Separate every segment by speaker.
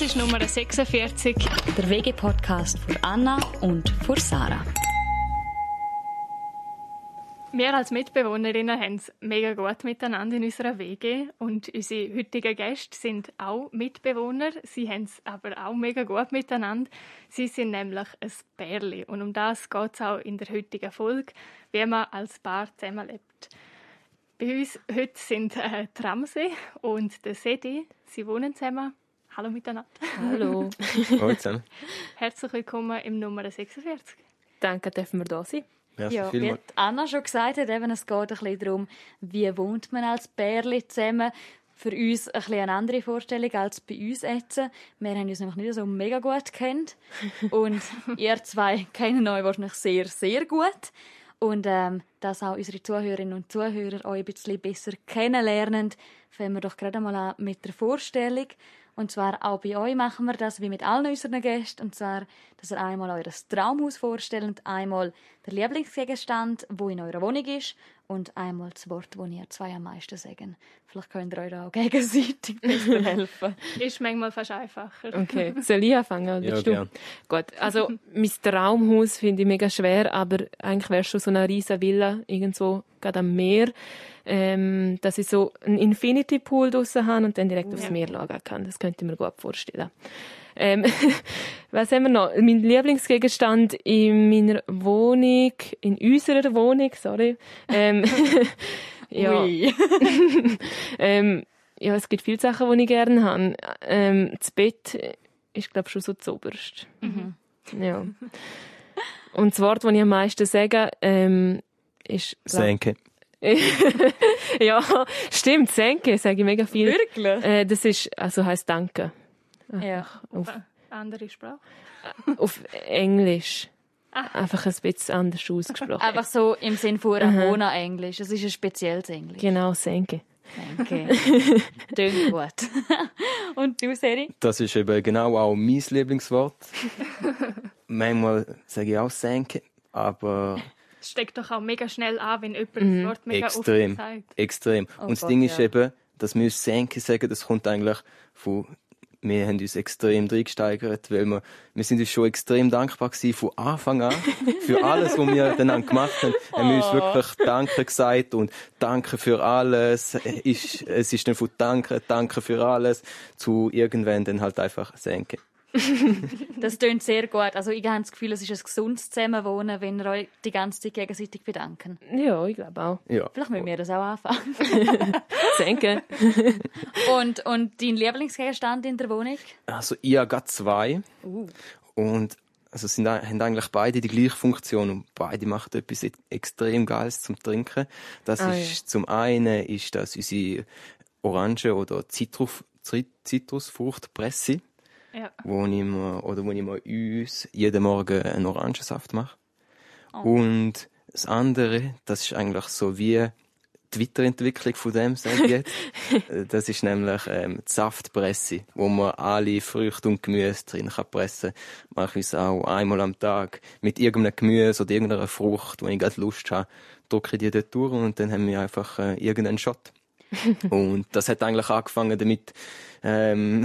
Speaker 1: ist Nummer 46.
Speaker 2: Der WG-Podcast für Anna und für Sarah.
Speaker 1: Wir als Mitbewohnerinnen haben es mega gut miteinander in unserer WG und unsere heutigen Gäste sind auch Mitbewohner. Sie haben es aber auch mega gut miteinander. Sie sind nämlich ein Pärchen und um das geht es auch in der heutigen Folge, wie man als Paar zusammenlebt. Bei uns heute sind äh, die Ramsey und der Sedi. Sie wohnen zusammen. Hallo miteinander.
Speaker 3: Hallo.
Speaker 4: Hallo zusammen.
Speaker 1: Herzlich willkommen im Nummer 46.
Speaker 3: Danke, dürfen wir da sein.
Speaker 4: Merci
Speaker 2: Ja, wie
Speaker 4: vielmals.
Speaker 2: die Anna schon gesagt hat, eben, es geht ein bisschen darum, wie wohnt man als Pärli zusammen. Für uns ein bisschen eine andere Vorstellung als bei uns jetzt. Wir haben uns nämlich nicht so mega gut kennt und ihr zwei kennen euch wahrscheinlich sehr, sehr gut. Und ähm, dass auch unsere Zuhörerinnen und Zuhörer euch ein bisschen besser kennenlernen, fangen wir doch gerade mal an mit der Vorstellung. Und zwar auch bei euch machen wir das wie mit allen unseren Gästen. Und zwar, dass ihr einmal euer Traumhaus vorstellt und einmal den Lieblingsgegenstand, wo in eurer Wohnung ist und einmal das Wort, wo ihr zwei am meisten sagen. Vielleicht könnt ihr euch da auch gegenseitig besser helfen.
Speaker 1: Ist manchmal fast einfacher.
Speaker 3: Okay, soll ich anfangen? oder
Speaker 4: Ja,
Speaker 3: willst du?
Speaker 4: gern.
Speaker 3: Gut, also mein Traumhaus finde ich mega schwer, aber eigentlich wäre schon so eine riesige Villa irgendwo gerade am Meer, ähm, dass ich so einen Infinity Pool draussen habe und dann direkt aufs Meer schauen kann. Das könnte ich mir gut vorstellen. Ähm, was haben wir noch? Mein Lieblingsgegenstand in meiner Wohnung, in unserer Wohnung, sorry. Ähm, ja.
Speaker 2: Ui.
Speaker 3: Ähm, ja, es gibt viele Sachen, die ich gerne habe. Ähm, das Bett ist, glaube ich, schon so zuoberst. Ja. Und das Wort, das ich am meisten sage, ähm, ist... glaub-
Speaker 4: Senke.
Speaker 3: Ja, stimmt, Senke sage ich mega viel.
Speaker 2: Wirklich?
Speaker 3: Äh, das ist, also heisst Danke.
Speaker 2: Ja.
Speaker 3: Auf,
Speaker 1: Andere Sprache.
Speaker 3: auf Englisch. Einfach ein bisschen anders ausgesprochen.
Speaker 2: Einfach so im Sinn von Ramona-Englisch. Es ist ein spezielles Englisch.
Speaker 3: Genau, Senke.
Speaker 2: Danke. Klingt gut. Und du, Seri?
Speaker 4: Das ist eben genau auch mein Lieblingswort. Manchmal sage ich auch Senke, aber
Speaker 1: steckt doch auch mega schnell an, wenn jemand das Wort mega oft
Speaker 4: extrem.
Speaker 1: sagt.
Speaker 4: Extrem.
Speaker 2: Oh
Speaker 4: Und das
Speaker 2: Gott,
Speaker 4: Ding ist
Speaker 2: ja.
Speaker 4: eben, dass wir uns Senke sagen, das kommt eigentlich von, wir haben uns extrem reingesteigert, weil wir, wir sind uns schon extrem dankbar gewesen von Anfang an für alles, was wir dann gemacht haben. Haben wir uns
Speaker 2: Oh.
Speaker 4: wirklich Danke gesagt und Danke für alles. Ist, es ist dann von Danke, Danke für alles zu irgendwann dann halt einfach Senke.
Speaker 2: Das tönt sehr gut. Also ich habe das Gefühl, es ist ein gesundes Zusammenwohnen, wenn ihr euch die ganze Zeit gegenseitig bedanken.
Speaker 3: Ja, ich glaube auch.
Speaker 4: Ja.
Speaker 2: Vielleicht müssen wir das auch anfangen.
Speaker 3: Senke.
Speaker 2: Und, und dein Lieblingsgegenstand in der Wohnung?
Speaker 4: Also ich habe gerade zwei. Und also sind, haben eigentlich beide die gleiche Funktion und beide machen etwas e- extrem Geiles zum Trinken. Das
Speaker 3: Ah,
Speaker 4: ist zum einen ist das unsere Orange oder Zitrus, Zit- Zitrusfruchtpresse,
Speaker 1: Ja.
Speaker 4: wo ich mir, oder wo ich mir uns jeden Morgen einen Orangensaft mache. Und das andere, das ist eigentlich so wie die Weiterentwicklung von dem, sage ich jetzt. Das ist nämlich ähm, die Saftpresse, wo man alle Früchte und Gemüse drin kann pressen kann. Mache ich es auch einmal am Tag mit irgendeinem Gemüse oder irgendeiner Frucht, wo ich gerade Lust habe. Drücke ich die dort durch und dann haben wir einfach äh, irgendeinen Shot. und das hat eigentlich angefangen damit, ähm,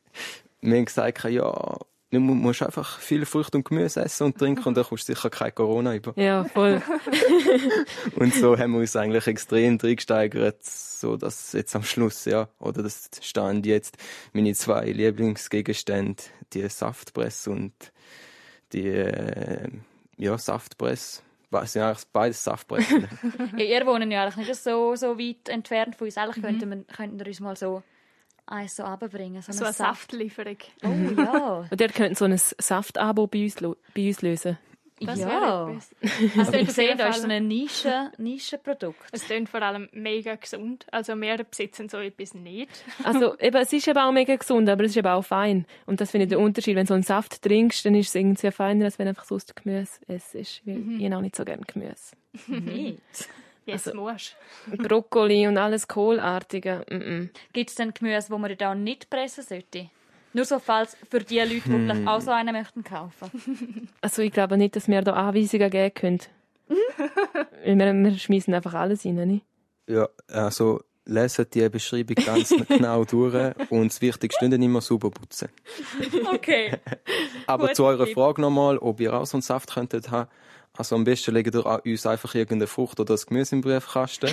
Speaker 4: wir haben gesagt, ja, du mu- musst einfach viel Frucht und Gemüse essen und trinken und dann kommst du sicher kein Corona über.
Speaker 3: Ja, voll.
Speaker 4: Und so haben wir uns eigentlich extrem drin gesteigert, so dass jetzt am Schluss, ja, oder das stand jetzt meine zwei Lieblingsgegenstände, die Saftpresse und die, äh, ja, Saftpresse. Was sind eigentlich beides Saftpressen?
Speaker 2: Ja, ihr wohnt ja eigentlich nicht so, so weit entfernt von uns. Eigentlich könnten, wir, könnten wir uns mal so eins so runterbringen. So,
Speaker 1: So eine
Speaker 2: einen Saft.
Speaker 1: Saftlieferung.
Speaker 2: Oh ja.
Speaker 3: Und der könnte so ein Saftabo bei uns, lo- bei uns lösen.
Speaker 1: Das wäre
Speaker 2: ja.
Speaker 1: etwas.
Speaker 2: Also
Speaker 1: auf
Speaker 2: ihr
Speaker 1: jeden
Speaker 2: seht, da ist
Speaker 1: Fall-
Speaker 2: so ein Nische, Nischenprodukt.
Speaker 1: Es klingt vor allem mega gesund. Also wir besitzen so etwas nicht.
Speaker 3: Also eben, es ist eben auch mega gesund, aber es ist eben auch fein. Und das finde ich den Unterschied. Wenn du so einen Saft trinkst, dann ist es irgendwie feiner, als wenn du einfach sonst Gemüse es ist. Weil ich habe auch nicht so gerne Gemüse.
Speaker 2: Nicht.
Speaker 1: Jetzt
Speaker 2: Also,
Speaker 1: musst
Speaker 3: Brokkoli und alles Kohlartige. Mm
Speaker 2: Gibt es denn Gemüse, wo man da nicht pressen sollte? Nur so falls für die Leute, die vielleicht auch so einen möchten kaufen.
Speaker 3: Also ich glaube nicht, dass wir da Anweisungen geben können. Weil wir, wir schmeißen einfach alles rein, nicht?
Speaker 4: ja, also, lesen die Beschreibung ganz genau durch und das Wichtigste dann immer sauber putzen.
Speaker 2: Okay.
Speaker 4: Aber
Speaker 2: Gut,
Speaker 4: zu eurer
Speaker 2: Tipp.
Speaker 4: Frage nochmal, ob ihr auch so einen Saft könntet haben. Also am besten legt ihr an- uns einfach irgendeine Frucht oder das Gemüse im Briefkasten.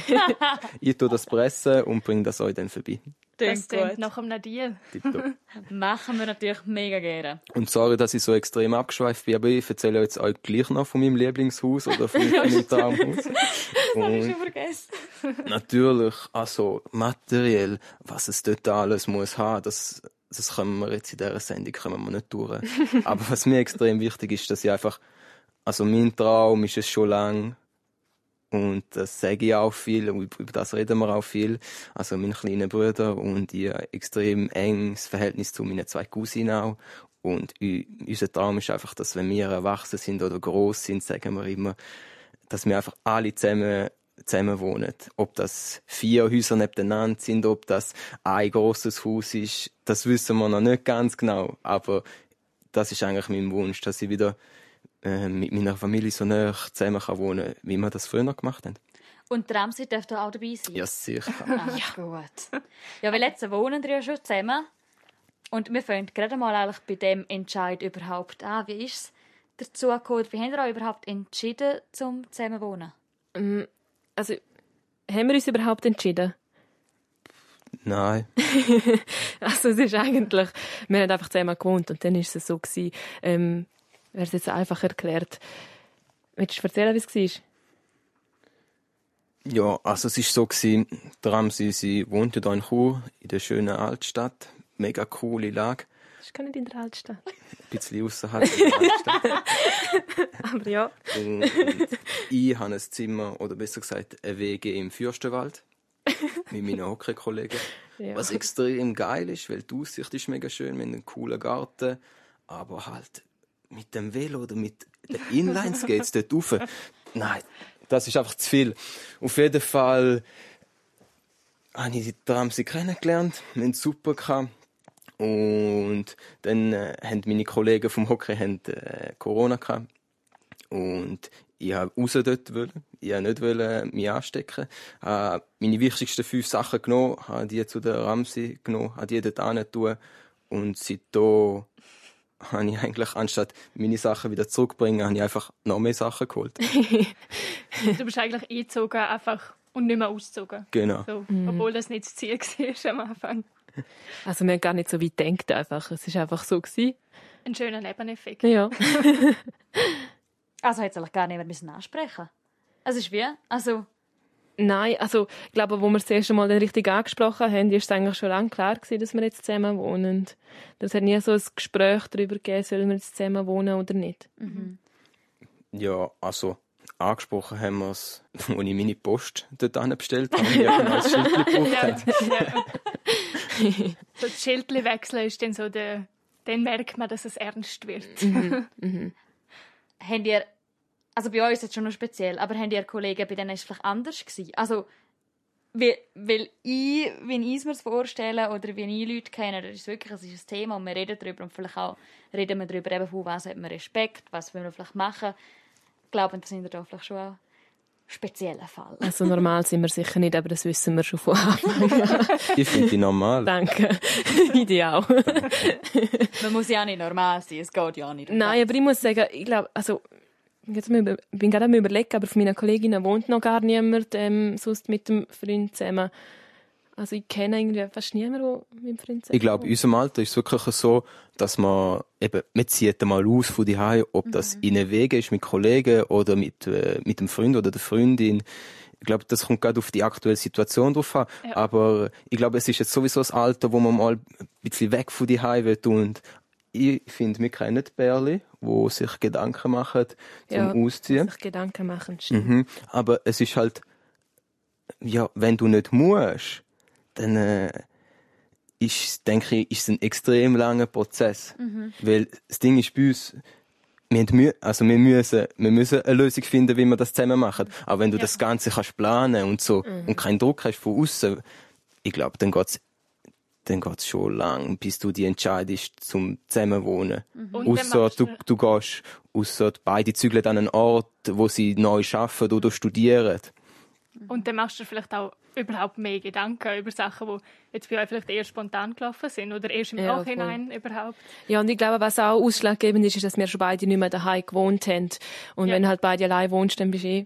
Speaker 4: ich tue das pressen und bringe das euch dann vorbei.
Speaker 1: Das
Speaker 2: Das
Speaker 1: klingt
Speaker 2: gut.
Speaker 1: nach einem Deal.
Speaker 4: Tipptopp.
Speaker 2: Machen wir natürlich mega gerne.
Speaker 4: Und sorry, dass ich so extrem abgeschweift bin, aber ich erzähle jetzt euch gleich noch von meinem Lieblingshaus oder von meinem Traumhaus.
Speaker 2: Ich
Speaker 4: Und
Speaker 2: schon vergessen.
Speaker 4: natürlich, also materiell, was es dort alles muss haben, das, das können wir jetzt in dieser Sendung können wir nicht durch. aber was mir extrem wichtig ist, dass ich einfach, also mein Traum ist es schon lang und das sage ich auch viel und über das reden wir auch viel. Also mein kleiner Bruder und ihr extrem enges Verhältnis zu meinen zwei Cousinen auch. Und ü- unser Traum ist einfach, dass wenn wir erwachsen sind oder groß sind, sagen wir immer, dass wir einfach alle zusammen zusammen wohnen. Ob das vier Häuser nebeneinander sind, ob das ein großes Haus ist, das wissen wir noch nicht ganz genau. Aber das ist eigentlich mein Wunsch, dass ich wieder äh, mit meiner Familie so nah zusammen kann wohnen kann, wie wir das früher noch gemacht haben.
Speaker 2: Und die Ramsi darf da auch dabei sein.
Speaker 4: Ja, sicher.
Speaker 2: Ah, gut. Ja, weil jetzt wohnen wir ja schon zusammen. Und wir fangen gerade mal eigentlich bei dem Entscheid überhaupt an. Wie ist es dazu gekommen? Wie habt ihr euch überhaupt entschieden, zum zusammen zu wohnen?
Speaker 3: Also, haben wir uns überhaupt entschieden?
Speaker 4: Nein.
Speaker 3: Also es ist eigentlich, wir haben einfach zusammen gewohnt und dann ist es so gewesen, ähm, wäre es jetzt einfach erklärt. Willst du erzählen, wie es war?
Speaker 4: Ja, also es ist so gewesen, der Ramsi, sie wohnte da in Chur, in der schönen Altstadt. Mega coole Lage.
Speaker 3: Das kann nicht in der Altstadt.
Speaker 4: Ein bisschen außerhalb der Altstadt.
Speaker 3: Aber ja.
Speaker 4: Und, und ich habe ein Zimmer, oder besser gesagt, eine WG im Fürstenwald. Mit meinen Hockey-Kollegen.
Speaker 3: Ja.
Speaker 4: Was extrem geil ist, weil die Aussicht ist mega schön, wir haben einen coolen Garten. Aber halt mit dem Velo oder mit den Inline-Skates dort rauf. Nein, das ist einfach zu viel. Auf jeden Fall habe ich die Tramsi kennengelernt, wir haben es super gehabt. Und dann äh, haben meine Kollegen vom Hockey haben, äh, Corona gehabt. Und ich habe raus dort wollen. Ich wollte nicht wollen, äh, mich anstecken. Habe meine wichtigsten fünf Sachen genommen, habe die zu der Ramsi genommen, habe die dort angetan. Und seitdem habe ich eigentlich, anstatt meine Sachen wieder zurückzubringen, habe ich einfach noch mehr Sachen geholt.
Speaker 1: Du bist eigentlich eingezogen einfach und nicht mehr ausgezogen.
Speaker 4: Genau.
Speaker 1: So,
Speaker 2: Mhm.
Speaker 1: Obwohl das nicht das Ziel war am Anfang.
Speaker 3: Also wir haben gar nicht so weit gedacht einfach. Es ist einfach so gewesen.
Speaker 1: Ein schöner Nebeneffekt.
Speaker 3: Ja.
Speaker 2: Also hätte es eigentlich gar niemand müssen ansprechen Also ist wie? Also,
Speaker 3: Nein, also ich glaube, wo wir das erste Mal dann richtig angesprochen haben, ist es eigentlich schon lange klar gewesen, dass wir jetzt zusammen wohnen. Das hat nie so ein Gespräch darüber gegeben, sollen wir jetzt zusammen wohnen oder nicht.
Speaker 4: Ja, also angesprochen haben wir es, als ich meine Post dort bestellt habe. und Ich habe noch ein Schild gebraucht.
Speaker 1: Ja, ja. so das Schildchen wechseln ist dann so der. Dann merkt man, dass es ernst wird.
Speaker 2: habt ihr... Also bei euch ist es jetzt schon noch speziell, aber habt ihr Kollegen, bei denen ist es vielleicht anders gewesen? Also, weil, weil ich, wenn ich es mir vorstelle oder wenn ich Leute kenne, das ist wirklich es ist ein Thema und wir reden darüber und vielleicht auch reden wir darüber, eben, von was hat man Respekt, was will man vielleicht machen. Glauben, das sind ja da vielleicht schon auch ein spezieller Fall.
Speaker 3: Also normal sind wir sicher nicht, aber das wissen wir schon von Anfang.
Speaker 4: Ich finde die normal.
Speaker 3: Danke. Ideal.
Speaker 2: Man muss ja auch nicht normal sein, es geht ja auch nicht. um
Speaker 3: Nein, aber ich muss sagen, ich glaube, also jetzt mal über- ich bin gerade am überlegen, aber von meinen Kolleginnen wohnt noch gar niemand ähm, sonst mit dem Freund zusammen. Also ich kenne irgendwie fast niemanden, der mit dem Freund zusammen
Speaker 4: Ich glaube, in unserem Alter ist es wirklich so, dass man eben, man zieht mal aus von die ob das in einem Wege ist mit Kollegen oder mit, äh, mit dem Freund oder der Freundin. Ich glaube, das kommt gerade auf die aktuelle Situation drauf an.
Speaker 1: Ja.
Speaker 4: Aber ich glaube, es ist jetzt sowieso das Alter, wo man mal ein bisschen weg von die will und ich finde, wir kennen Bärli, wo sich Gedanken machen zum
Speaker 3: Ja.
Speaker 4: Ausziehen.
Speaker 3: sich Gedanken machen.
Speaker 4: Mhm. Aber es ist halt, ja, wenn du nicht musst, dann äh, ist, denke ich, ist es ein extrem langer Prozess. Weil das Ding ist bei uns, wir, haben Mühe, also wir, müssen, wir müssen eine Lösung finden, wie wir das zusammen machen. Aber wenn du das Ganze kannst planen und so
Speaker 1: Mhm.
Speaker 4: und keinen Druck hast von außen, ich glaube, dann geht es dann geht's schon lang, bis du die entscheidest, zum zusammenwohnen.
Speaker 1: Mhm. Und dann
Speaker 4: Ausser
Speaker 1: machst
Speaker 4: du, du gehst, ausser beide zügeln an einen Ort, wo sie neu arbeiten oder studieren.
Speaker 1: Und dann machst du dir vielleicht auch überhaupt mehr Gedanken über Sachen, die jetzt bei euch vielleicht eher spontan gelaufen sind oder erst im
Speaker 3: Ja,
Speaker 1: Nachhinein überhaupt.
Speaker 3: Ja, und ich glaube, was auch ausschlaggebend ist, ist, dass wir schon beide nicht mehr daheim gewohnt haben. Und
Speaker 1: Ja.
Speaker 3: wenn du halt beide allein wohnst, dann bist du eh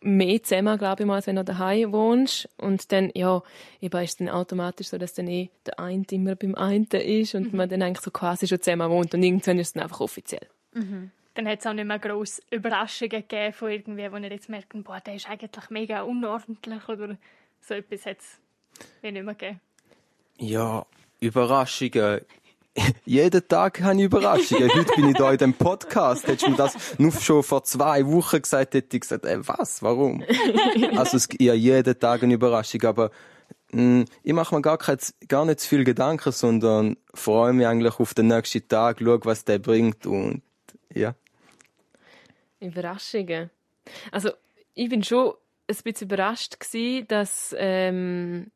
Speaker 3: mehr zusammen, glaube ich mal, als wenn du daheim wohnst. Und dann, ja, eben ist es dann automatisch so, dass dann eh der eine immer beim einen ist und man dann eigentlich so quasi schon zusammen wohnt. Und irgendwann ist es dann einfach offiziell.
Speaker 1: Dann hat es auch nicht mehr grosse Überraschungen gegeben von irgendwie, wo ihr jetzt merkt, boah, der ist eigentlich mega unordentlich oder so etwas hat es wie nicht mehr gegeben.
Speaker 4: Ja, Überraschungen. Jeden Tag habe ich Überraschungen. Heute bin ich da in dem Podcast. Hättest du mir das nur schon vor zwei Wochen gesagt, hätte ich gesagt, ey, was, warum? Also es gibt ja jeden Tag eine Überraschung, aber mh, ich mache mir gar, kein, gar nicht zu viel Gedanken, sondern freue mich eigentlich auf den nächsten Tag, schaue, was der bringt und ja.
Speaker 3: Überraschungen. Also ich bin schon ein bisschen überrascht gsi, dass ähm,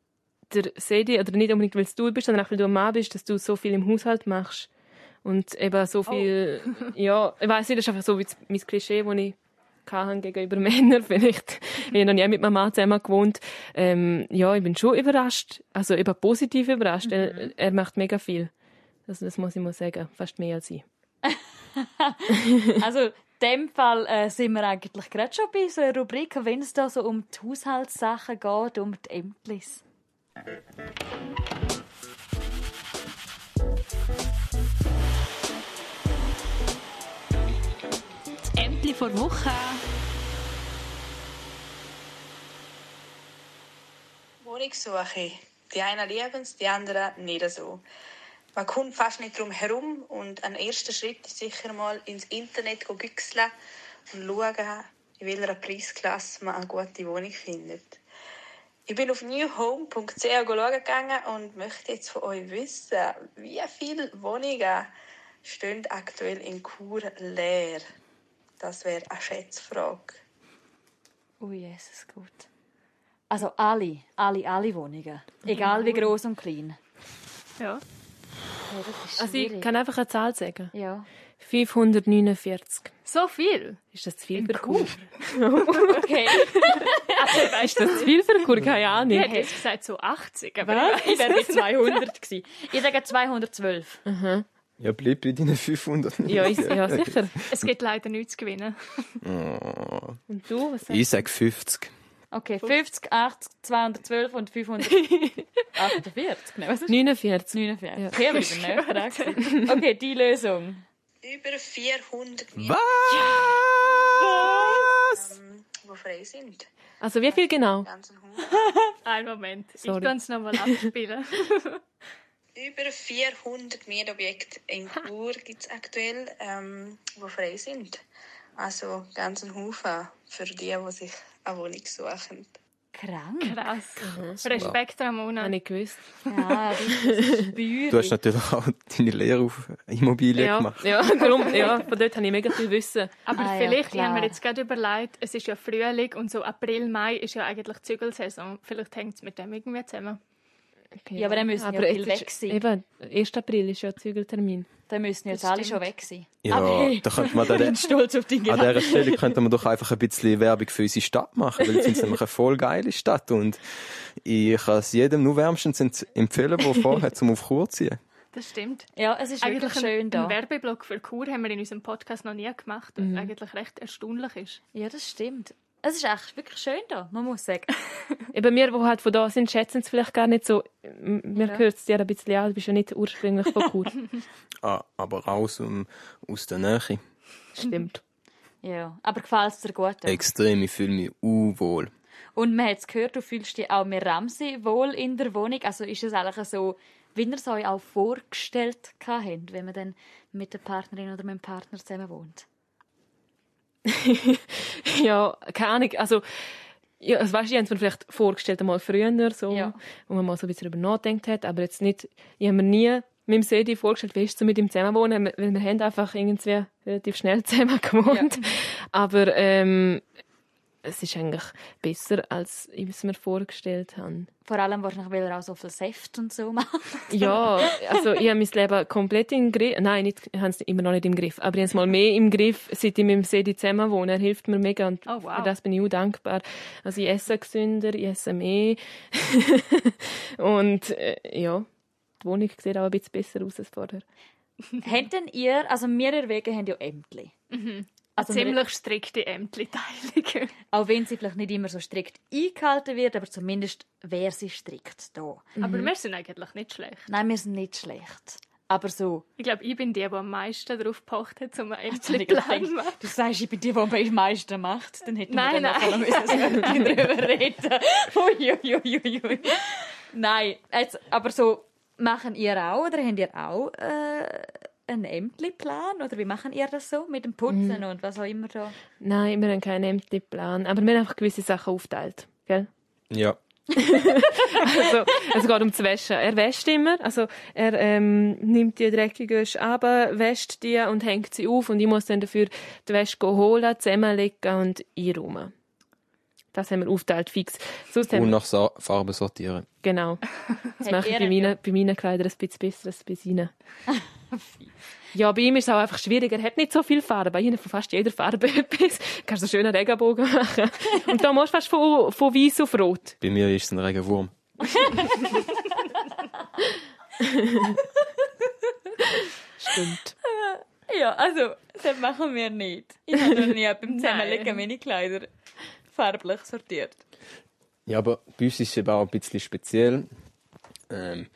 Speaker 3: der Sedi, oder nicht unbedingt, weil es du bist, sondern auch weil du ein Mann bist, dass du so viel im Haushalt machst. Und eben so viel, ja, ich weiss nicht, das ist einfach so wie das- mein Klischee, das ich hatte gegenüber Männern vielleicht. Ich habe noch nie mit meinem Mann zusammen gewohnt. Ähm, ja, ich bin schon überrascht. Also eben positiv überrascht. Er, er macht mega viel. Also das muss ich mal sagen. Fast mehr als ich.
Speaker 2: Also in dem Fall äh, sind wir eigentlich gerade schon bei so einer Rubrik, wenn es da so um die Haushaltssachen geht, um die Ämtlis.
Speaker 5: Ämtli vor Woche.
Speaker 6: Wohnungssuche. Die einen lieben es, die anderen nicht so. Man kommt fast nicht drum herum und ein erster Schritt ist sicher mal ins Internet go güchseln und schauen, in welcher Preisklasse man eine gute Wohnung findet. Ich bin auf newhome.ch schauen gegangen und möchte jetzt von euch wissen, wie viele Wohnungen stehen aktuell in Chur leer? Das wäre eine Schätzfrage.
Speaker 2: Oh Jesus, gut. Also alle, alle, alle Wohnungen. Egal wie groß und klein.
Speaker 1: Ja.
Speaker 2: Ja, das ist
Speaker 3: Also ich
Speaker 2: schwierig.
Speaker 3: kann einfach eine Zahl sagen.
Speaker 2: ja.
Speaker 3: 549.
Speaker 1: So viel.
Speaker 3: Ist das zu viel
Speaker 1: Im
Speaker 3: für Kur?
Speaker 1: Kur?
Speaker 2: Okay.
Speaker 3: Ist das zu viel für Kur? Keine
Speaker 1: Ich
Speaker 3: Ahnung.
Speaker 1: hätte jetzt gesagt so 80, aber
Speaker 2: Ich wäre bei 200 gewesen. Ich sage 212.
Speaker 4: Ja, bleib bei deinen 500.
Speaker 3: Ja, ich, ja, sicher.
Speaker 1: es gibt leider nichts zu gewinnen.
Speaker 3: Und du, was sagst
Speaker 4: Ich sag 50.
Speaker 2: Okay, 50, 80, 212 und 548. Nein, was
Speaker 3: du?
Speaker 2: ist
Speaker 3: 49.
Speaker 2: 49? Ja. Ich bin näher dran gewesen. Okay, die Lösung.
Speaker 6: Über 400 Mieten,
Speaker 4: Was?
Speaker 6: die Ähm, frei sind.
Speaker 3: Also wie viel genau?
Speaker 6: Ganz ein Haufen.
Speaker 1: Einen Moment,
Speaker 3: Sorry.
Speaker 1: ich kann es nochmal abspielen.
Speaker 6: Über 400 Mietobjekte in Chur gibt es aktuell, ähm, die frei sind. Also ganz ein Haufen für die, die sich eine Wohnung suchen.
Speaker 2: Krank.
Speaker 1: Krass.
Speaker 3: Mhm.
Speaker 1: Respekt, Ramona.
Speaker 3: Habe ich gewusst.
Speaker 2: Ja, das ist spürlich.
Speaker 4: Du hast natürlich auch deine Lehre auf Immobilien
Speaker 3: Ja,
Speaker 4: gemacht.
Speaker 3: ja, darum, ja, von dort habe ich mega viel Wissen.
Speaker 1: Aber
Speaker 2: Ah ja,
Speaker 1: vielleicht, ich
Speaker 2: klar.
Speaker 1: habe mir jetzt gerade überlegt, es ist ja Frühling und so April, Mai ist ja eigentlich Zügelsaison. Vielleicht hängt es mit dem irgendwie zusammen.
Speaker 2: Ja, aber dann müssen ja
Speaker 3: jetzt
Speaker 2: viel
Speaker 3: ist-
Speaker 2: weg sein.
Speaker 3: Eben, 1. April ist ja Zügeltermin.
Speaker 2: Dann müssen jetzt alle schon weg sein.
Speaker 4: Ja, Ah, da könnte man dann,
Speaker 2: Stolz auf deinen
Speaker 4: an dieser Stelle könnte man doch einfach ein bisschen Werbung für unsere Stadt machen, weil es ist nämlich eine voll geile Stadt und ich kann es jedem nur wärmstens ent- empfehlen, der vorhat, zum auf Chur zu ziehen.
Speaker 1: Das stimmt.
Speaker 2: Ja, es ist wirklich schön
Speaker 1: ein, ein
Speaker 2: da. Mhm.
Speaker 1: Werbeblock für Kur haben wir in unserem Podcast noch nie gemacht, was eigentlich recht erstaunlich ist.
Speaker 2: Ja, das stimmt. Es ist echt wirklich schön da, man muss sagen.
Speaker 3: Eben wir, die halt von da sind, schätzen es vielleicht gar nicht so. M- Mir
Speaker 2: Ja.
Speaker 3: gehört es dir ein bisschen an, du bist ja nicht ursprünglich von Kur.
Speaker 4: Ah, aber raus um, aus der Nähe.
Speaker 3: Stimmt.
Speaker 2: Ja, aber gefällt es dir gut? da?
Speaker 4: Extrem, ich fühle mich unwohl.
Speaker 2: Und man hat es gehört, du fühlst dich auch mit Ramsey wohl in der Wohnung. Also ist es eigentlich so, wie ihr es euch auch vorgestellt habt, wenn man dann mit der Partnerin oder mit dem Partner zusammen wohnt.
Speaker 3: Ja, keine Ahnung. Also, ja, das weißt du, ich habe es mir vielleicht vorgestellt, einmal früher, so,
Speaker 2: Ja.
Speaker 3: wo man mal so ein bisschen darüber nachgedacht hat, aber jetzt nicht, ich habe mir nie mit dem Sedi vorgestellt, wie ist es so mit ihm zusammenwohnen, weil wir haben einfach irgendwie relativ schnell zusammen gewohnt. Aber, ähm, es ist eigentlich besser, als ich es mir vorgestellt habe.
Speaker 2: Vor allem wahrscheinlich, weil er auch so viel Säfte und so macht.
Speaker 3: Ja, also ich habe mein Leben komplett im Griff. Nein, nicht, ich habe es immer noch nicht im Griff. Aber ich habe es mal mehr im Griff, seit ich mit dem Sedi zusammen wohne. Er hilft mir mega und
Speaker 1: Oh, wow.
Speaker 3: für das bin ich auch dankbar. Also ich esse gesünder, ich esse mehr. und äh, ja, die Wohnung sieht auch ein bisschen besser aus als vorher.
Speaker 2: Habt denn ihr, also mehrere Wege haben ja Ämtli. Also wir-
Speaker 1: Ziemlich strikte Ämtli-Teilung.
Speaker 2: Auch wenn sie vielleicht nicht immer so strikt eingehalten wird, aber zumindest wäre sie strikt da.
Speaker 1: Aber wir sind eigentlich nicht schlecht.
Speaker 2: Nein, wir sind nicht schlecht. Aber so.
Speaker 1: Ich glaube, ich bin die, die am meisten darauf gepocht hat, um einen
Speaker 2: Jetzt hab ich
Speaker 1: Ämtli-Plan zu
Speaker 2: gedacht,
Speaker 1: machen.
Speaker 2: Du sagst, ich bin die, die am meisten macht. Dann hätten
Speaker 1: Nein,
Speaker 2: wir dann
Speaker 1: nein.
Speaker 2: noch voll müssen drüber reden. Uiuiuiui. Nein, jetzt, aber so, machen ihr auch oder habt ihr auch äh, einen Ämtli-Plan? Oder wie machen ihr das so mit dem Putzen und was auch immer da?
Speaker 3: Nein, wir haben keinen Ämterplan. Aber wir haben einfach gewisse Sachen aufgeteilt. Gell?
Speaker 4: Ja.
Speaker 3: Also, es geht um das Waschen. Er wäscht immer. Also, er ähm, nimmt die dreckige Wäsche ab, wäscht die und hängt sie auf. Und ich muss dann dafür die Wäsche holen, zusammenlegen und einräumen. Das haben wir aufgeteilt, fix. Sonst haben
Speaker 4: Und
Speaker 3: wir,
Speaker 4: nach Sa- Farbe sortieren.
Speaker 3: genau. Das mache ich
Speaker 2: ihr
Speaker 3: bei meinen, bei meinen Kleidern ein bisschen besser als bei seinen. Ja, bei ihm ist es auch einfach schwierig. Er hat nicht so viel Farbe. Ich habe von fast jeder Farbe etwas. Du kannst einen schönen Regenbogen machen. Und da musst du fast von, von weiß auf rot.
Speaker 4: Bei mir ist es ein Regenwurm.
Speaker 3: Stimmt.
Speaker 2: Ja, also, das machen wir nicht. Ich habe noch nie beim Zusammenlegen meine Kleider farblich sortiert.
Speaker 4: Ja, aber bei uns ist es eben auch ein bisschen speziell, ähm,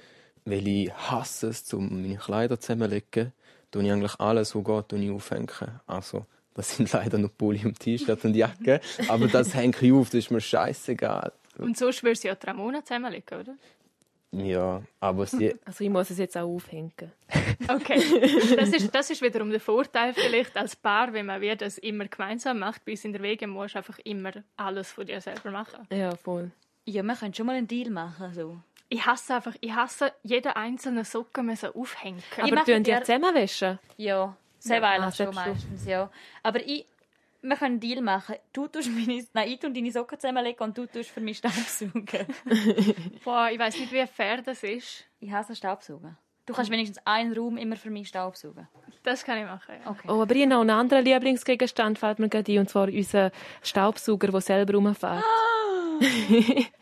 Speaker 4: weil ich hasse es, um meine Kleider zusammenzulegen. Tue ich eigentlich alles, was geht, tue ich aufhängen. Also, das sind leider nur Pulli und T-Shirt und Jacke. Aber das hänge ich auf, das ist mir scheißegal.
Speaker 1: Und so schwörst du ja die Ramona zusammenlegen, oder?
Speaker 4: Ja, aber sie,
Speaker 3: Also, ich muss es jetzt auch aufhängen.
Speaker 1: Okay, das ist, das ist wiederum der Vorteil vielleicht als Paar, wenn man wie das immer gemeinsam macht. Bei uns in der Wege musst du einfach immer alles von dir selber machen.
Speaker 3: Ja, voll.
Speaker 2: Ja, wir können schon mal einen Deal machen. So.
Speaker 1: Ich hasse einfach, ich hasse jeden einzelnen Socken müssen aufhängen.
Speaker 2: Ich
Speaker 3: Aber
Speaker 2: mache
Speaker 3: du und ja
Speaker 2: dir-
Speaker 3: zusammenwäschen.
Speaker 2: Ja, sehr ja,
Speaker 3: ah,
Speaker 2: schon
Speaker 3: selbst du.
Speaker 2: meistens, ja. Aber ich, wir können einen Deal machen. Du tust meine, nein, ich tue deine Socken zusammenlegen und du tust für mich Staubsaugen.
Speaker 1: Boah, ich weiß nicht, wie fair das ist.
Speaker 2: ich hasse Staubsaugen. Du kannst wenigstens einen Raum immer für mich Staubsaugen.
Speaker 1: Das kann ich machen. Ja.
Speaker 2: Okay.
Speaker 3: Oh, aber ich habe noch einen anderen Lieblingsgegenstand, fällt mir gerade ein, und zwar unser Staubsauger, der selber rumfährt.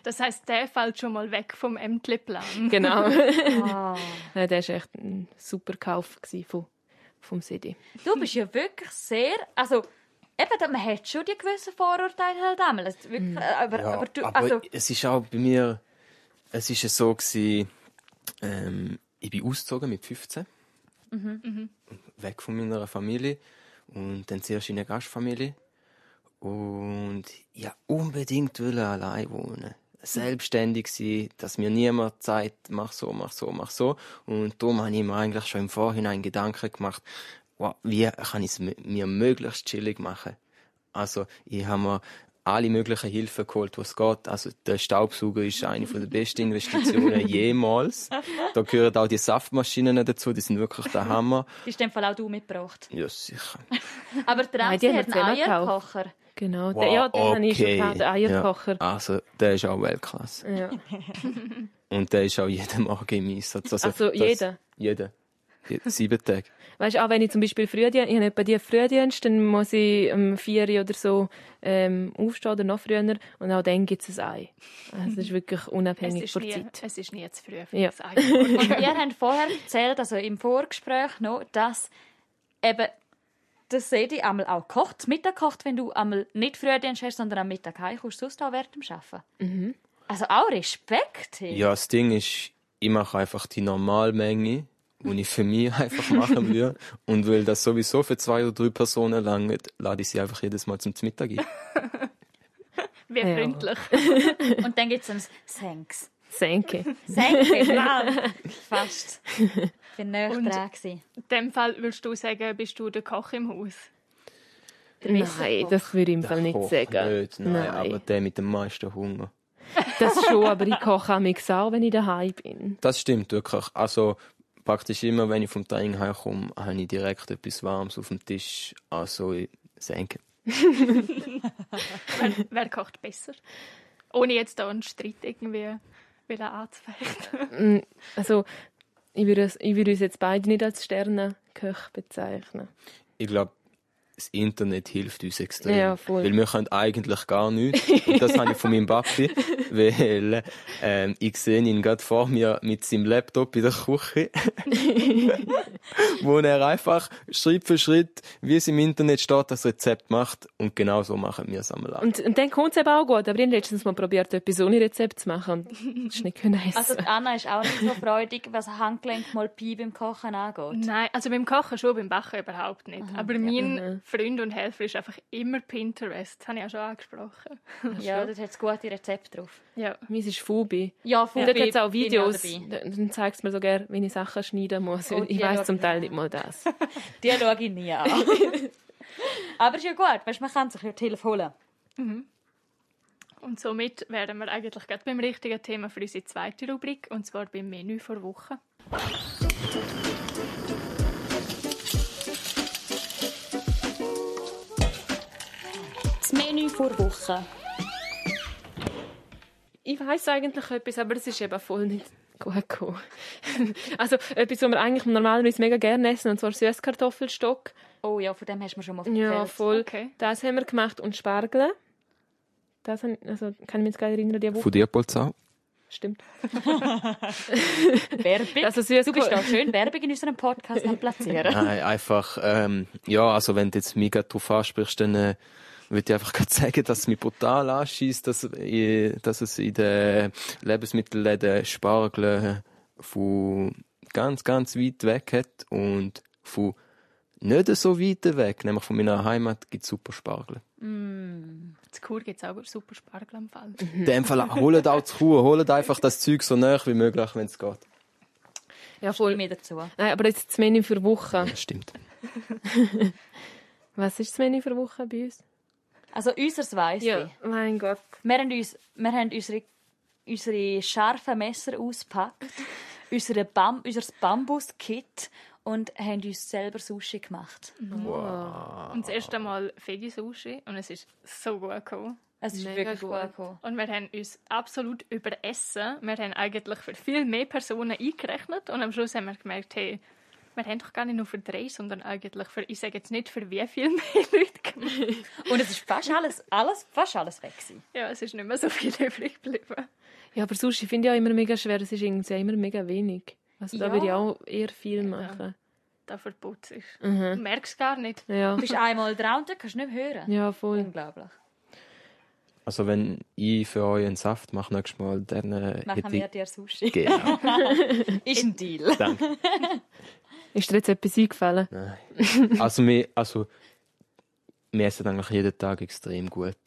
Speaker 1: Das heißt, der fällt schon mal weg vom Ämtli-Plan.
Speaker 3: Genau.
Speaker 2: Ah.
Speaker 3: Nein, der war echt ein super Kauf gewesen von, vom CD.
Speaker 2: Du bist ja wirklich sehr, also eben, da- man hat schon die gewissen Vorurteile halt damals.
Speaker 3: Hm.
Speaker 2: Wirklich, aber,
Speaker 4: ja,
Speaker 2: aber du,
Speaker 4: aber
Speaker 2: also,
Speaker 4: es ist auch bei mir, es ist ja so gewesen, ähm, ich bin ausgezogen mit 15.
Speaker 2: Mhm.
Speaker 4: Weg von meiner Familie. Und dann zuerst in eine Gastfamilie. Und ja, unbedingt will allein wohnen. Selbstständig sein, dass mir niemand sagt, mach so, mach so, mach so. Und darum habe ich mir eigentlich schon im Vorhinein Gedanken gemacht, wow, wie kann ich es mi- mir möglichst chillig machen? Also, ich habe mir alle möglichen Hilfen geholt, was geht. Also, der Staubsauger ist eine von der besten Investitionen jemals. Da gehören auch die Saftmaschinen dazu, die sind wirklich der Hammer.
Speaker 2: die ist in dem Fall auch du mitgebracht.
Speaker 4: Ja, sicher.
Speaker 2: Aber der
Speaker 3: Nein,
Speaker 2: Ramsi
Speaker 3: die haben wir
Speaker 2: hat einen
Speaker 3: zusammen gekauft.
Speaker 2: Eierkocher.
Speaker 3: Genau. der, ja, den habe ich schon gehabt, den Eierkocher.
Speaker 4: Ja, also, der ist auch Weltklasse.
Speaker 3: Ja.
Speaker 4: Und der ist auch jeden Morgen im Einsatz.
Speaker 3: Also,
Speaker 4: das-
Speaker 3: jeden?
Speaker 4: Jeden. Je- Sieben Tage.
Speaker 3: Weißt du, auch wenn ich zum Beispiel Frühdienst, ich habe etwa die Frühdienst, dann muss ich um vier Uhr oder so ähm, aufstehen oder noch früher und auch dann gibt es ein Ei. Also es ist wirklich
Speaker 1: Es
Speaker 3: unabhängig
Speaker 1: ist,
Speaker 3: von der
Speaker 1: nie,
Speaker 3: Zeit.
Speaker 1: es ist nie zu früh für
Speaker 3: Ja.
Speaker 1: das Eigentum.
Speaker 2: Und ihr habt vorher erzählt, also im Vorgespräch noch, dass eben das Sedi einmal auch kocht, zu Mittag kocht, wenn du einmal nicht Frühdienst hast, sondern am Mittag heimkommst, sonst auch während dem Arbeiten.
Speaker 3: Mhm.
Speaker 2: Also auch Respekt. hey.
Speaker 4: Ja, das Ding ist, ich mache einfach die Normalmenge, die ich für mich einfach machen will. Und weil das sowieso für zwei oder drei Personen langt, lade ich sie einfach jedes Mal zum Mittag ein.
Speaker 1: Wie
Speaker 3: Ja.
Speaker 1: freundlich.
Speaker 2: Und dann gibt es Thanks.
Speaker 3: Danke.
Speaker 2: Thanks, wow. Fast. Ich bin näher
Speaker 1: Und-
Speaker 2: dran. gewesen.
Speaker 1: In dem Fall würdest du sagen, bist du der Koch im Haus.
Speaker 3: Nein, das würde ich im Fall nicht
Speaker 4: Koch
Speaker 3: sagen.
Speaker 4: Nicht, Oh, nein, aber der mit dem meisten Hunger.
Speaker 3: Das schon, aber ich koche auch auch, wenn ich daheim bin.
Speaker 4: Das stimmt wirklich. Also praktisch immer, wenn ich vom Training heimkomme, habe ich direkt etwas Warmes auf dem Tisch. Also ich senke.
Speaker 1: wer, wer kocht besser? Ohne jetzt da einen Streit irgendwie will anzufechten.
Speaker 3: Mm, Also, ich würde, es- ich würde uns jetzt beide nicht als Sternenköche bezeichnen.
Speaker 4: Ich glaube, das Internet hilft uns extrem.
Speaker 3: Ja, voll.
Speaker 4: Weil wir können eigentlich gar nichts. Und das habe ich von meinem Papi, weil ähm, ich sehe ihn gerade vor mir mit seinem Laptop in der Küche, wo er einfach Schritt für Schritt, wie es im Internet steht, das Rezept macht. Und genau so machen wir es einmal ab.
Speaker 3: Und, und dann kommt es eben auch gut. Aber ich habe letztens mal probiert, etwas ohne Rezept zu machen. Und das ist nicht können essen.
Speaker 2: Also die Anna ist auch nicht so freudig, was Handgelenk mal Pi beim Kochen angeht.
Speaker 1: Nein, also beim Kochen schon, beim Backen überhaupt nicht. Aber mein Freund und Helfer ist einfach immer Pinterest. Das habe ich auch schon angesprochen.
Speaker 2: Ja, dort hat es gute Rezepte drauf.
Speaker 1: Ja.
Speaker 3: Meins ist Fubi.
Speaker 2: Ja,
Speaker 3: Und
Speaker 2: von
Speaker 3: dort hat es auch
Speaker 2: bin ich
Speaker 3: Videos.
Speaker 2: dabei.
Speaker 3: Dann dann zeigst du mir so gerne, wie ich Sachen schneiden muss.
Speaker 2: Oh,
Speaker 3: ich
Speaker 2: die
Speaker 3: weiss
Speaker 2: schaut
Speaker 3: zum
Speaker 2: mich
Speaker 3: Teil
Speaker 2: an.
Speaker 3: nicht mal das.
Speaker 2: Die schaue ich nie an. Aber ist ja gut, weißt, man kann sich ja die Hilfe holen.
Speaker 1: Und somit wären wir eigentlich gerade beim richtigen Thema für unsere zweite Rubrik, und zwar beim Menü vor Woche.
Speaker 5: Das Menü vor Woche.
Speaker 3: Ich weiss eigentlich etwas, aber es ist eben voll nicht gut gekommen. also etwas, was wir eigentlich normalerweise mega gerne essen, und zwar Süßkartoffelstock.
Speaker 2: Oh ja, von dem hast du mir schon mal erzählt.
Speaker 3: Ja, voll.
Speaker 1: Okay.
Speaker 3: Das haben wir gemacht und Spargel. Das haben, also kann ich mich jetzt gar nicht erinnern, die Woche.
Speaker 4: Von dir, Polzau?
Speaker 3: Stimmt.
Speaker 2: Werbung.
Speaker 3: Also süß
Speaker 2: du bist da schön Werbung in unserem Podcast am Platzieren.
Speaker 4: Nein, einfach, ähm, ja, also wenn du jetzt mich grad drauf ansprichst, dann äh, würde ich einfach grad sagen, dass es mich brutal anschießt, dass, äh, dass es in den Lebensmittelläden Spargel äh, von ganz, ganz weit weg hat und von nicht so weit weg, nämlich von meiner Heimat, gibt super Spargel.
Speaker 1: Zu Chur gibt es auch super Spargel am Fall.
Speaker 4: In dem Fall holt auch zu Kuh, holt einfach das Zeug so nah wie möglich, wenn es geht.
Speaker 3: Ja, voll.
Speaker 2: Mir dazu.
Speaker 3: Nein, aber jetzt das Menü für Woche.
Speaker 4: Das stimmt.
Speaker 3: Was ist das Menü für Woche bei uns?
Speaker 2: Also unseres weiss ich.
Speaker 3: mein Gott.
Speaker 2: Wir haben, uns, wir haben unsere, unsere scharfen Messer ausgepackt, unsere Bam, unser Bambus-Kit und haben uns selber Sushi gemacht.
Speaker 1: Und das erste Mal Fegi Sushi und es ist so gut gekommen.
Speaker 2: Es ist
Speaker 3: Mega
Speaker 2: wirklich
Speaker 3: gut.
Speaker 2: gut gekommen.
Speaker 1: Und wir haben uns absolut überessen. Wir haben eigentlich für viel mehr Personen eingerechnet und am Schluss haben wir gemerkt, hey, wir haben doch gar nicht nur für drei, sondern eigentlich für, ich sage jetzt nicht für wie viel mehr Leute gemacht.
Speaker 2: Und es ist fast alles, alles, fast alles weg gewesen.
Speaker 1: Ja, es ist nicht mehr so viel übrig geblieben.
Speaker 3: Ja, aber Sushi finde ich auch immer mega schwer. Es ist irgendwie auch immer mega wenig. Also da
Speaker 2: Ja.
Speaker 3: würde ich auch eher viel machen.
Speaker 1: Da verputzt ist.
Speaker 2: Mhm.
Speaker 1: Du merkst gar nicht.
Speaker 3: Ja,
Speaker 2: Du bist einmal dran und dann kannst du nicht mehr hören.
Speaker 3: ja voll.
Speaker 2: Unglaublich.
Speaker 4: Also wenn ich für euch einen Saft mache nächstes Mal, dann äh,
Speaker 2: Machen wir dir Sushi.
Speaker 4: Genau.
Speaker 2: Ist ein Deal.
Speaker 4: Danke.
Speaker 3: Ist dir jetzt etwas eingefallen?
Speaker 4: Also wir, also wir essen eigentlich jeden Tag extrem gut.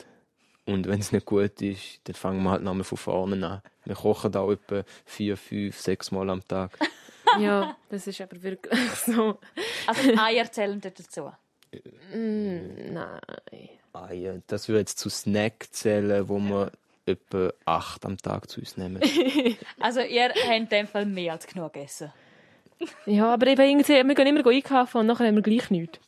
Speaker 4: Und wenn es nicht gut ist, dann fangen wir halt nochmal von vorne an. Wir kochen da etwa vier, fünf, sechs Mal am Tag.
Speaker 3: ja, das ist aber wirklich so.
Speaker 2: Also die Eier zählen dort dazu.
Speaker 3: Nein.
Speaker 4: Ah, ja, das würde jetzt zu Snack zählen, wo wir etwa acht am Tag zu uns nehmen.
Speaker 2: Also ihr habt in dem Fall mehr als genug gegessen.
Speaker 3: Ja, aber eben irgendwie, wir gehen immer einkaufen und nachher haben wir gleich nichts.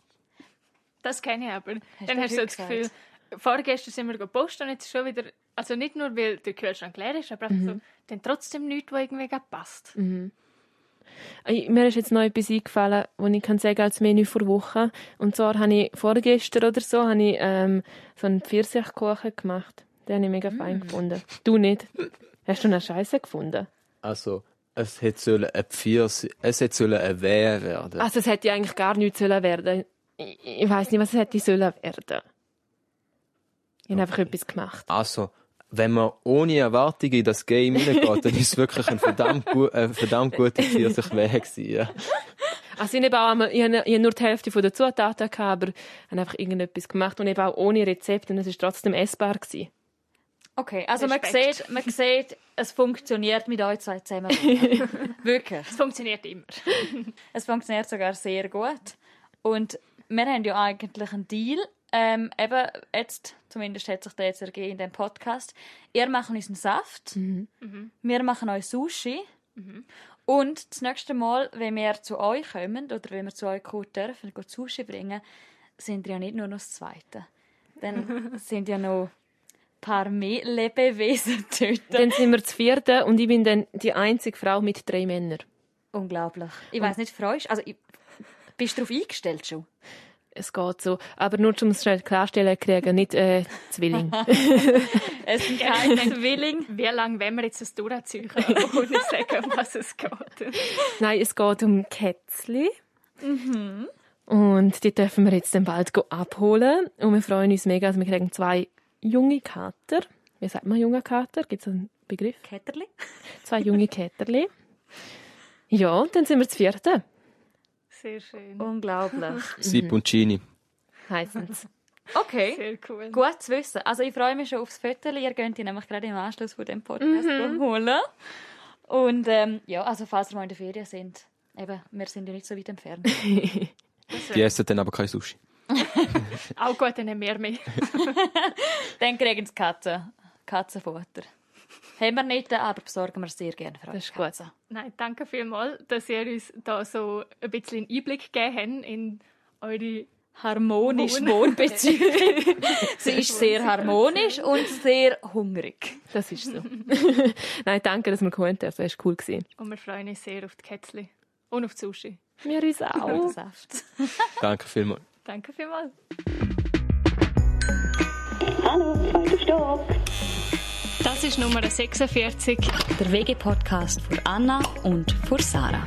Speaker 1: Das kenne ich aber. dann
Speaker 2: du
Speaker 1: hast du so das
Speaker 2: das heute
Speaker 1: Gefühl, vorgestern sind wir gepostet und jetzt ist schon wieder, also nicht nur, weil der Kühlschrank leer ist, aber einfach
Speaker 2: Mhm.
Speaker 1: so, dann trotzdem nichts, was irgendwie gerade passt.
Speaker 3: Ey, Mir ist jetzt noch etwas eingefallen, was ich kann sagen als Menü vor Woche. Und zwar habe ich vorgestern oder so habe ich, ähm, so einen Pfirsichkuchen gemacht. Den habe ich mega fein gefunden. Du nicht. Hast du einen Scheiße gefunden?
Speaker 4: Also, es hätte sollen ein Pfirs, es hätte sollen ein Wehr werden.
Speaker 3: Also es hätte ja eigentlich gar nichts sollen werden. Ich, ich weiß nicht, was es hätte sollen werden. Ich habe einfach etwas gemacht.
Speaker 4: Also, wenn man ohne Erwartungen in das Game reingeht, dann ist es wirklich ein verdammt, gu äh, verdammt guter Pfirsichwehr gewesen. Ja.
Speaker 3: Also ich habe auch einmal, ich habe, ich habe nur die Hälfte von der Zutaten gehabt, aber ich habe einfach irgendetwas gemacht und eben auch ohne Rezept und es ist trotzdem essbar gewesen.
Speaker 2: Okay, also man
Speaker 1: Respekt.
Speaker 2: sieht, man sieht, es funktioniert mit euch zwei zusammen. Wirklich.
Speaker 1: Es funktioniert immer.
Speaker 2: Es funktioniert sogar sehr gut. Und wir haben ja eigentlich einen Deal. Ähm, eben, jetzt, zumindest hat sich der jetzt ergeben in dem Podcast. Ihr macht uns einen Saft. Wir machen euch Sushi. Und das nächste Mal, wenn wir zu euch kommen, oder wenn wir zu euch kommen dürfen, und Sushi bringen, sind wir ja nicht nur noch das Zweite. Dann sind ja noch ein paar mehr Lebewesen dort.
Speaker 3: Dann sind wir zu vierten und ich bin dann die einzige Frau mit drei Männern.
Speaker 2: Unglaublich. Ich weiß nicht, freust also ich, bist du darauf eingestellt schon?
Speaker 3: Es geht so. Aber nur, um es schnell klarstellen zu kriegen, nicht äh, Zwilling.
Speaker 2: Es sind keine Zwilling.
Speaker 1: Wie lange wollen wir jetzt das durchziehen, ohne zu sagen, um was es geht?
Speaker 3: Nein, es geht um Kätzli. Und die dürfen wir jetzt dann bald go abholen. Und wir freuen uns mega. Also wir kriegen zwei junge Kater. Wie sagt man junge Kater? Gibt es einen Begriff?
Speaker 2: Ketterli?
Speaker 3: Zwei junge Käterli. Ja, und dann sind wir das vierte.
Speaker 1: Sehr schön.
Speaker 2: Unglaublich.
Speaker 4: Sip und Gini.
Speaker 3: Heißen's.
Speaker 2: Okay.
Speaker 1: Sehr cool.
Speaker 2: Gut zu wissen. Also ich freue mich schon aufs Viertel. Ihr könnt die nämlich gerade im Anschluss von dem Podcast holen. Und ähm, ja, also falls ihr mal in der Ferien sind, eben, wir sind ja nicht so weit entfernt.
Speaker 4: Die essen dann aber kein Sushi.
Speaker 1: Auch gut, dann haben wir mehr.
Speaker 2: Dann kriegen sie Katzen. Katzenfutter. Haben wir nicht, aber besorgen wir sehr gerne für
Speaker 3: Das
Speaker 2: euch.
Speaker 3: ist gut.
Speaker 1: Nein, danke vielmals, dass ihr uns da so ein bisschen einen Einblick gegeben habt in eure
Speaker 2: Harmonisch
Speaker 1: Wohn-
Speaker 2: Wohnbeziehung. Sie ist sehr harmonisch und sehr hungrig.
Speaker 3: Das ist so. Nein, danke, dass wir kommen dürfen. Das war cool. Gewesen.
Speaker 1: und wir freuen uns sehr auf die Kätzli und auf die Sushi.
Speaker 3: Wir uns auch.
Speaker 2: Saft.
Speaker 4: Danke vielmals.
Speaker 1: Danke vielmals.
Speaker 5: Hallo, zweiter Stock.
Speaker 1: Das ist Nummer 46.
Speaker 2: Der WG-Podcast von Anna und von Sarah.